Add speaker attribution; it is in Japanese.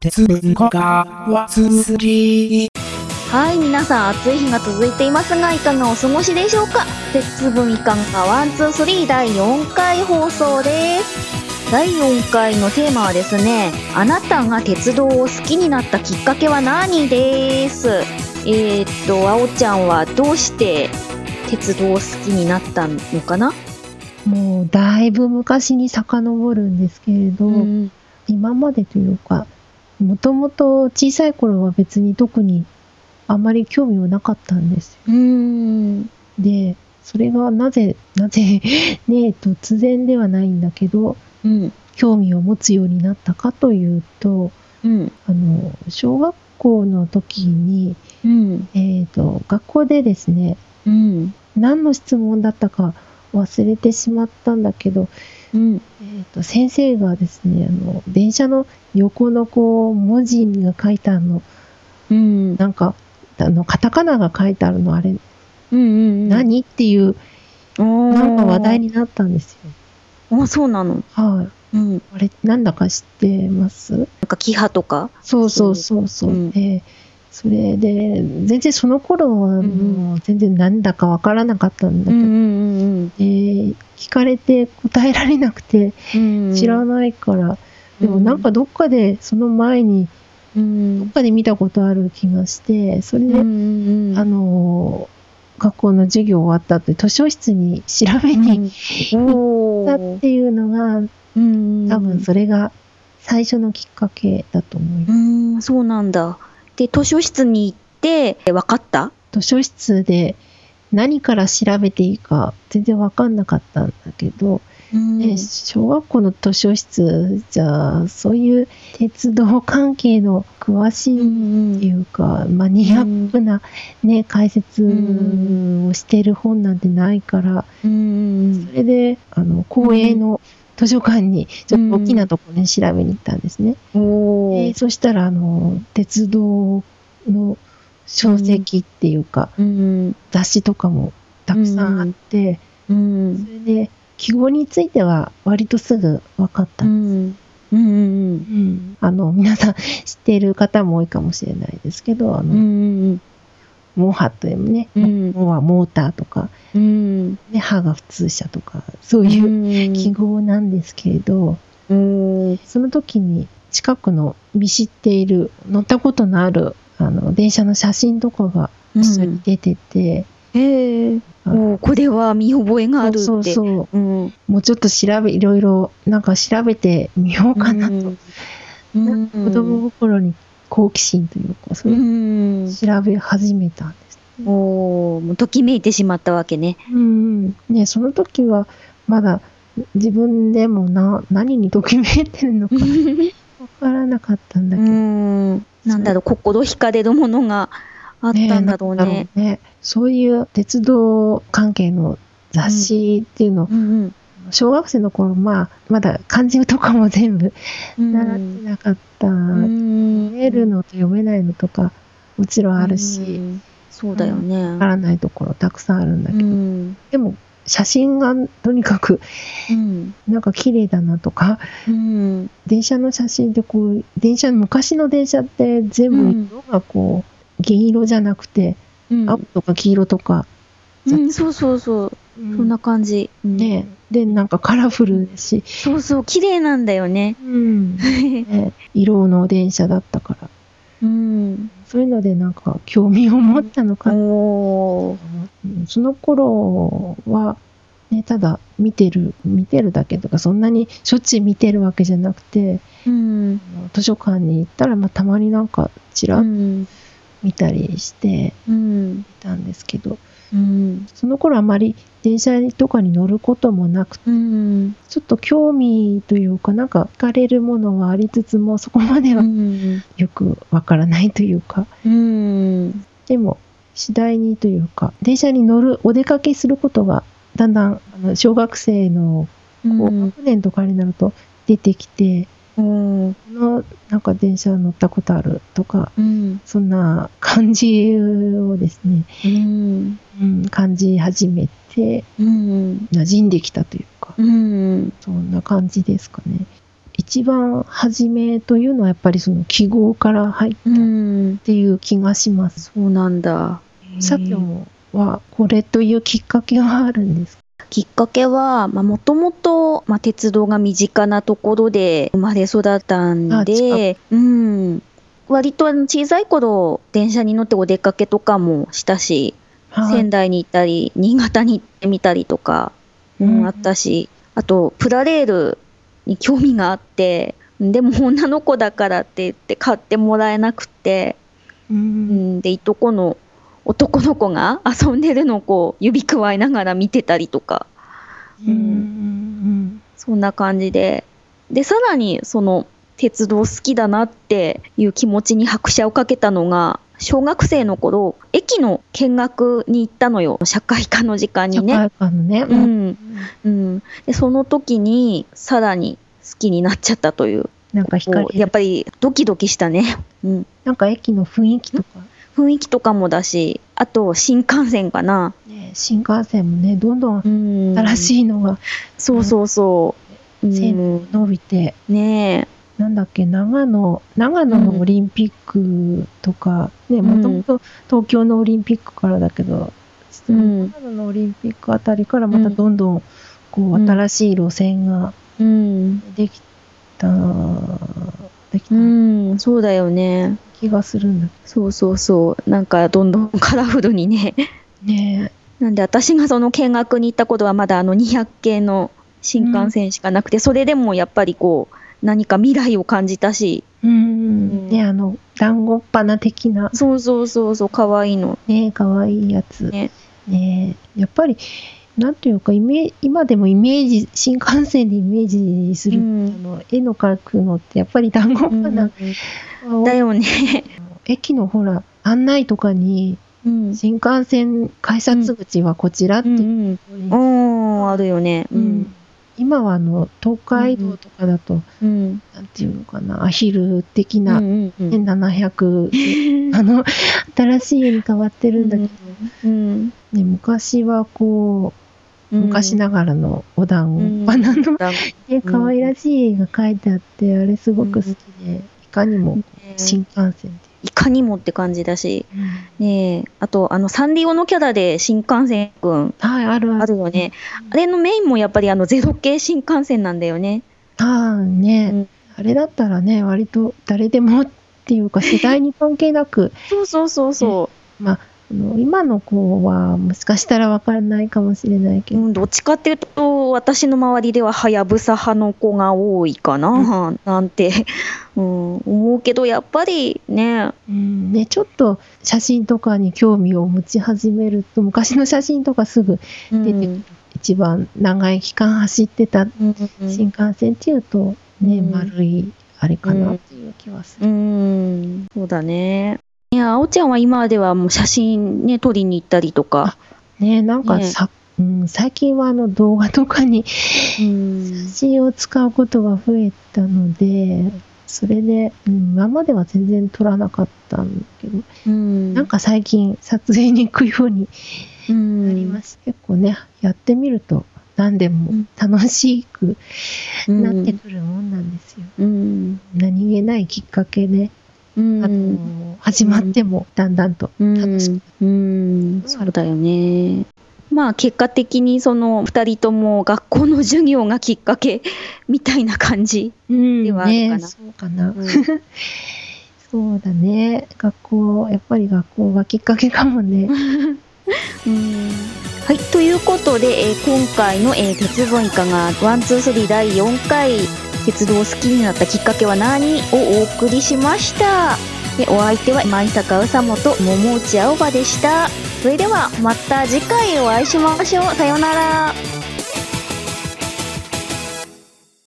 Speaker 1: 鉄分効果はすすぎ。
Speaker 2: はい、皆さん暑い日が続いていますが、いかがお過ごしでしょうか鉄分いかんがワンツースリー第4回放送です。第4回のテーマはですね、あなたが鉄道を好きになったきっかけは何です。えー、っと、あおちゃんはどうして鉄道を好きになったのかな
Speaker 3: もうだいぶ昔に遡るんですけれど、
Speaker 2: うん。
Speaker 3: 今までというか、もともと小さい頃は別に特にあまり興味はなかったんです
Speaker 2: う
Speaker 3: よ。
Speaker 2: ん。
Speaker 3: で、それがなぜ、なぜ ね、突然ではないんだけど、
Speaker 2: うん。
Speaker 3: 興味を持つようになったかというと、
Speaker 2: うん。
Speaker 3: あの、小学校の時に、
Speaker 2: うん。
Speaker 3: えっ、と、学校でですね、
Speaker 2: うん。
Speaker 3: 何の質問だったか忘れてしまったんだけど、
Speaker 2: うん。
Speaker 3: えー、と先生がですねあの電車の横のこう文字が書いてあるの
Speaker 2: うん。
Speaker 3: なんかあのカタカナが書いてあるのあれ、
Speaker 2: うん。
Speaker 3: 何っていうな
Speaker 2: なん
Speaker 3: か話題になったんですよ。
Speaker 2: あ、そうなの。
Speaker 3: はい、
Speaker 2: うん。なん
Speaker 3: あれなんだか知ってます
Speaker 2: か、キハとか。
Speaker 3: そうそうそうそう。
Speaker 2: うん
Speaker 3: でそれで全然その頃は
Speaker 2: うん
Speaker 3: もう全然なんだかわからなかったんだけど、
Speaker 2: ん
Speaker 3: で聞かれて答えられなくて
Speaker 2: うん
Speaker 3: 知ら
Speaker 2: い。
Speaker 3: ないから、でもなんかどっかでその前に
Speaker 2: うん
Speaker 3: どっ。かで見たことある気がして、それで、
Speaker 2: ん
Speaker 3: あのー、学校の授業終わった後、図書室に調べに行った
Speaker 2: お
Speaker 3: っていうのが、
Speaker 2: うん。
Speaker 3: 多分それが最初のきっかけだと思います。
Speaker 2: うん、そうなんだ。で、図書室に行って、分かった
Speaker 3: 図書室で何から調べていいか全然わかんなかったんだけど、
Speaker 2: うん
Speaker 3: ね小学校の図書室じゃあそういう鉄道関係の詳しいっていうか、マニアックな、ね、解説をしてる本なんてないから、
Speaker 2: うん
Speaker 3: そ。れであの公営の図書館にちょっと大きなところに調べに行ったんですね。
Speaker 2: お
Speaker 3: でそしたらあの鉄道の書籍っていうか、
Speaker 2: うん。
Speaker 3: 雑誌とかもたくさんあって、
Speaker 2: うん。
Speaker 3: それで記号については割とすぐ分かった。
Speaker 2: うん。うん。
Speaker 3: うんあの皆さん知っている方も多いかもしれないですけど、あ
Speaker 2: う
Speaker 3: の
Speaker 2: ん。
Speaker 3: モハというね、
Speaker 2: うん。
Speaker 3: モはモーターとか、
Speaker 2: うん。
Speaker 3: ね、歯が普通車とか、そういう記号なんですけれど、
Speaker 2: うん。
Speaker 3: その時に近くの見知っている、乗ったことのある、あの、電車の写真とかが一緒に出てて、
Speaker 2: ええ。おこれは見覚えがあるって。
Speaker 3: そうそうそう、
Speaker 2: うん。
Speaker 3: もうちょっと調べ、いろいろなんか調べてみようかなと、
Speaker 2: うん。
Speaker 3: 子供心に好奇心というか、そうれを
Speaker 2: ん。
Speaker 3: 調べ始めたんです。
Speaker 2: おーもうときめいてしまったわけね。
Speaker 3: うん、ね、その時はまだ自分でもな何にときめいてるのか
Speaker 2: う
Speaker 3: わからなかったんだけど、
Speaker 2: ん。なんだろう、心惹かれるものがあったんだろう
Speaker 3: なん
Speaker 2: ね。
Speaker 3: だろうねそういう鉄道関係の雑誌っていうの、
Speaker 2: うん
Speaker 3: 小学生の頃、まあ、まだ漢字とかも全部
Speaker 2: うん。
Speaker 3: 習ってなかった、
Speaker 2: うん。
Speaker 3: 読めるのと読めないのとかもちろんあるし、
Speaker 2: う
Speaker 3: わ
Speaker 2: ん。そうだよ
Speaker 3: か
Speaker 2: ね。
Speaker 3: らないところたくさんあるんだ
Speaker 2: う
Speaker 3: けど、
Speaker 2: ん。
Speaker 3: でも写真がとにかく
Speaker 2: うん。
Speaker 3: なんか綺麗だなとか
Speaker 2: うん。
Speaker 3: 電車の写真ってこう電車昔の電車って全部色がこう、銀色じゃなくて
Speaker 2: うん
Speaker 3: 青とか黄色とか、
Speaker 2: うん、そうそうそう。そんな感じ。ね。
Speaker 3: ねでなんかカラフルだし、
Speaker 2: そうそう、綺麗なんだよね。
Speaker 3: ね色の電車だったから
Speaker 2: うん。
Speaker 3: そういうのでなんか興味を持ったのかな、
Speaker 2: おー
Speaker 3: うんその頃は、ね、ただ見てる見てるだけとかそんなにしょっちゅう見てるわけじゃなくて
Speaker 2: うん。
Speaker 3: あの図書館に行ったら、まあ、たまになんかち
Speaker 2: う
Speaker 3: らっと
Speaker 2: ん。
Speaker 3: 見たりして
Speaker 2: うん。
Speaker 3: たんですけど、
Speaker 2: うん。
Speaker 3: その頃あまり電車とかに乗ることもなく
Speaker 2: うん。
Speaker 3: ちょっと興味というかなんか惹かれるものはありつつもそこまで
Speaker 2: う
Speaker 3: は
Speaker 2: ん。
Speaker 3: よくわからないというか、
Speaker 2: うん。
Speaker 3: でも次第にというか電車に乗るお出かけすることがだんだんあの小学生の高
Speaker 2: うん。
Speaker 3: 学年とかになると出てきて、
Speaker 2: うん。
Speaker 3: このなんか電車乗ったことあるとか
Speaker 2: うん。
Speaker 3: そんな感じをですね、
Speaker 2: うん。
Speaker 3: うん、感じ始めて
Speaker 2: うん。
Speaker 3: 馴染んできたというか
Speaker 2: うん。
Speaker 3: そんな感じですかね。一番初めというのはやっぱりその記号から入っ
Speaker 2: うん。
Speaker 3: ていう気がします。
Speaker 2: そうなんだ。
Speaker 3: 作業はこれというきっかけはあるんですか
Speaker 2: きっかけは、まあ、もともと、まあ、鉄道が身近なところで生まれ育ったん
Speaker 3: あ
Speaker 2: で
Speaker 3: 近、
Speaker 2: うん。割とあの小さい頃、電車に乗ってお出かけとかもしたし、仙台に行ったり、新潟に行ってみたりとか、うん、あったし、あと、プラレールに興味があって、でも女の子だからって言って買ってもらえなくて、
Speaker 3: う
Speaker 2: うんん、で、いとこの男の子が遊んでるのをこう指くわえながら見てたりとか、
Speaker 3: うんうん
Speaker 2: そんな感じで。で、さらにその鉄道好きだなっていう気持ちに拍車をかけたのが、小学生の頃、駅の見学に行ったのよ。社会科の時間に
Speaker 3: 社
Speaker 2: ね。
Speaker 3: 会科のね、
Speaker 2: う
Speaker 3: うん
Speaker 2: ん。うん。で、その時にさらに好きになっちゃったという。
Speaker 3: なんか惹か
Speaker 2: こう
Speaker 3: れ
Speaker 2: やっ
Speaker 3: る
Speaker 2: ぱりドキドキしたね。うん。
Speaker 3: なんか駅の雰囲気とか、
Speaker 2: 雰囲気とかもだし、あと新幹線かな。
Speaker 3: ね、新幹線もねどんどん
Speaker 2: うん。
Speaker 3: 新しいのが
Speaker 2: そうそうそう。う
Speaker 3: 線路
Speaker 2: ん。
Speaker 3: 伸びて、
Speaker 2: ねえ。
Speaker 3: なんだっけ長野長野のオリンピックとか、ね
Speaker 2: うん
Speaker 3: もともと東京のオリンピックからだけど、
Speaker 2: うん
Speaker 3: 長野のオリンピックあたりからまたどんどんこう、
Speaker 2: うん
Speaker 3: 新しい路線が
Speaker 2: うん。
Speaker 3: できた、できた
Speaker 2: うん。そうだよね。
Speaker 3: 気がするんだ
Speaker 2: そうそうそう。なんかどんどんカラフルにね。
Speaker 3: ね
Speaker 2: なんで私がその見学に行ったことはまだあの200系の新幹線しかなくて、それでもやっぱりこう、何か未来を感じたし、
Speaker 3: うんねあの団子っ花的な
Speaker 2: そうそうそうそう、可愛いの。
Speaker 3: ね可愛いやつ
Speaker 2: ね
Speaker 3: ねやっぱりなんていうかイメ今でもイメージ新幹線でイメージする、
Speaker 2: うん
Speaker 3: あの絵の描くのってやっぱり団子花、を
Speaker 2: だよね。
Speaker 3: 駅のほら案内とかに
Speaker 2: うん。
Speaker 3: 新幹線改札口はこちらって
Speaker 2: う
Speaker 3: いう、
Speaker 2: んうん。うん、あるよね。う
Speaker 3: うんん。今はあの東海道とかだと、
Speaker 2: うん。
Speaker 3: なんていうのかなアヒル的
Speaker 2: う
Speaker 3: な、ね
Speaker 2: ん。うん。
Speaker 3: 700あの新しい絵に変わってるんだけど、
Speaker 2: うん。
Speaker 3: ね、昔はこう昔ながらのお団子 バナナの、
Speaker 2: だ
Speaker 3: ね、可愛らしい絵が描いてあってあれすごく好きで、いかにも新幹線っていう
Speaker 2: いかにもって感じだし、
Speaker 3: うん
Speaker 2: ねえ、あと、あの、サンリオのキャラで新幹線くん、
Speaker 3: はいあるある
Speaker 2: あるよね。あれのメインもやっぱりあのゼロ系新幹線なんだよね。
Speaker 3: ああね、
Speaker 2: うん
Speaker 3: あれだったらね割と誰でもっていうか世代に関係なく
Speaker 2: そうそうそうそ
Speaker 3: あの今の子はもしかしたら分からないかもしれないけ
Speaker 2: う。
Speaker 3: ど、
Speaker 2: うん、どっちかっていうと、私の周りでははやぶさ派の子が多いかな、なんて、 うん、思うけど、やっぱりね、
Speaker 3: うんね、ちょっと写真とかに興味を持ち始めると昔の写真とかすぐ
Speaker 2: うん
Speaker 3: 出てくる一番長い期間走ってた
Speaker 2: うん
Speaker 3: 新幹線っていうとね、
Speaker 2: うん
Speaker 3: 丸いあれかなっていう気はする。
Speaker 2: うん、そうだね。いや、あおちゃんは今ではもう写真ね、撮りに行ったりとか。
Speaker 3: ねなんかさ、うん、最近はあの動画とかに
Speaker 2: うん
Speaker 3: 写真を使うことが増えたので、それで、うん、今までは全然撮らなかったんだけど、
Speaker 2: うん
Speaker 3: なんか最近撮影に行くようになりました。結構ね、やってみると何でも楽しく
Speaker 2: うん
Speaker 3: なってくるもんなんですよ。
Speaker 2: うん
Speaker 3: 何気ないきっかけで、
Speaker 2: うん
Speaker 3: あの、始まってもだんだんと楽しく。
Speaker 2: うん、
Speaker 3: うん
Speaker 2: そうだよね。まあ結果的にその2人とも学校の授業がきっかけみたいな感じ。
Speaker 3: うん
Speaker 2: ではあるかな
Speaker 3: ねそうかな。
Speaker 2: うん
Speaker 3: そうだね。学校、やっぱり学校がきっかけかもね。
Speaker 2: はい、ということで、えー今回の、えー鉄分以下が123第4回鉄道を好きになったきっかけは何をお送りしました。えお相手は舞坂うさもと桃内青葉でした。それではまた次回お会いしましょう。さようなら。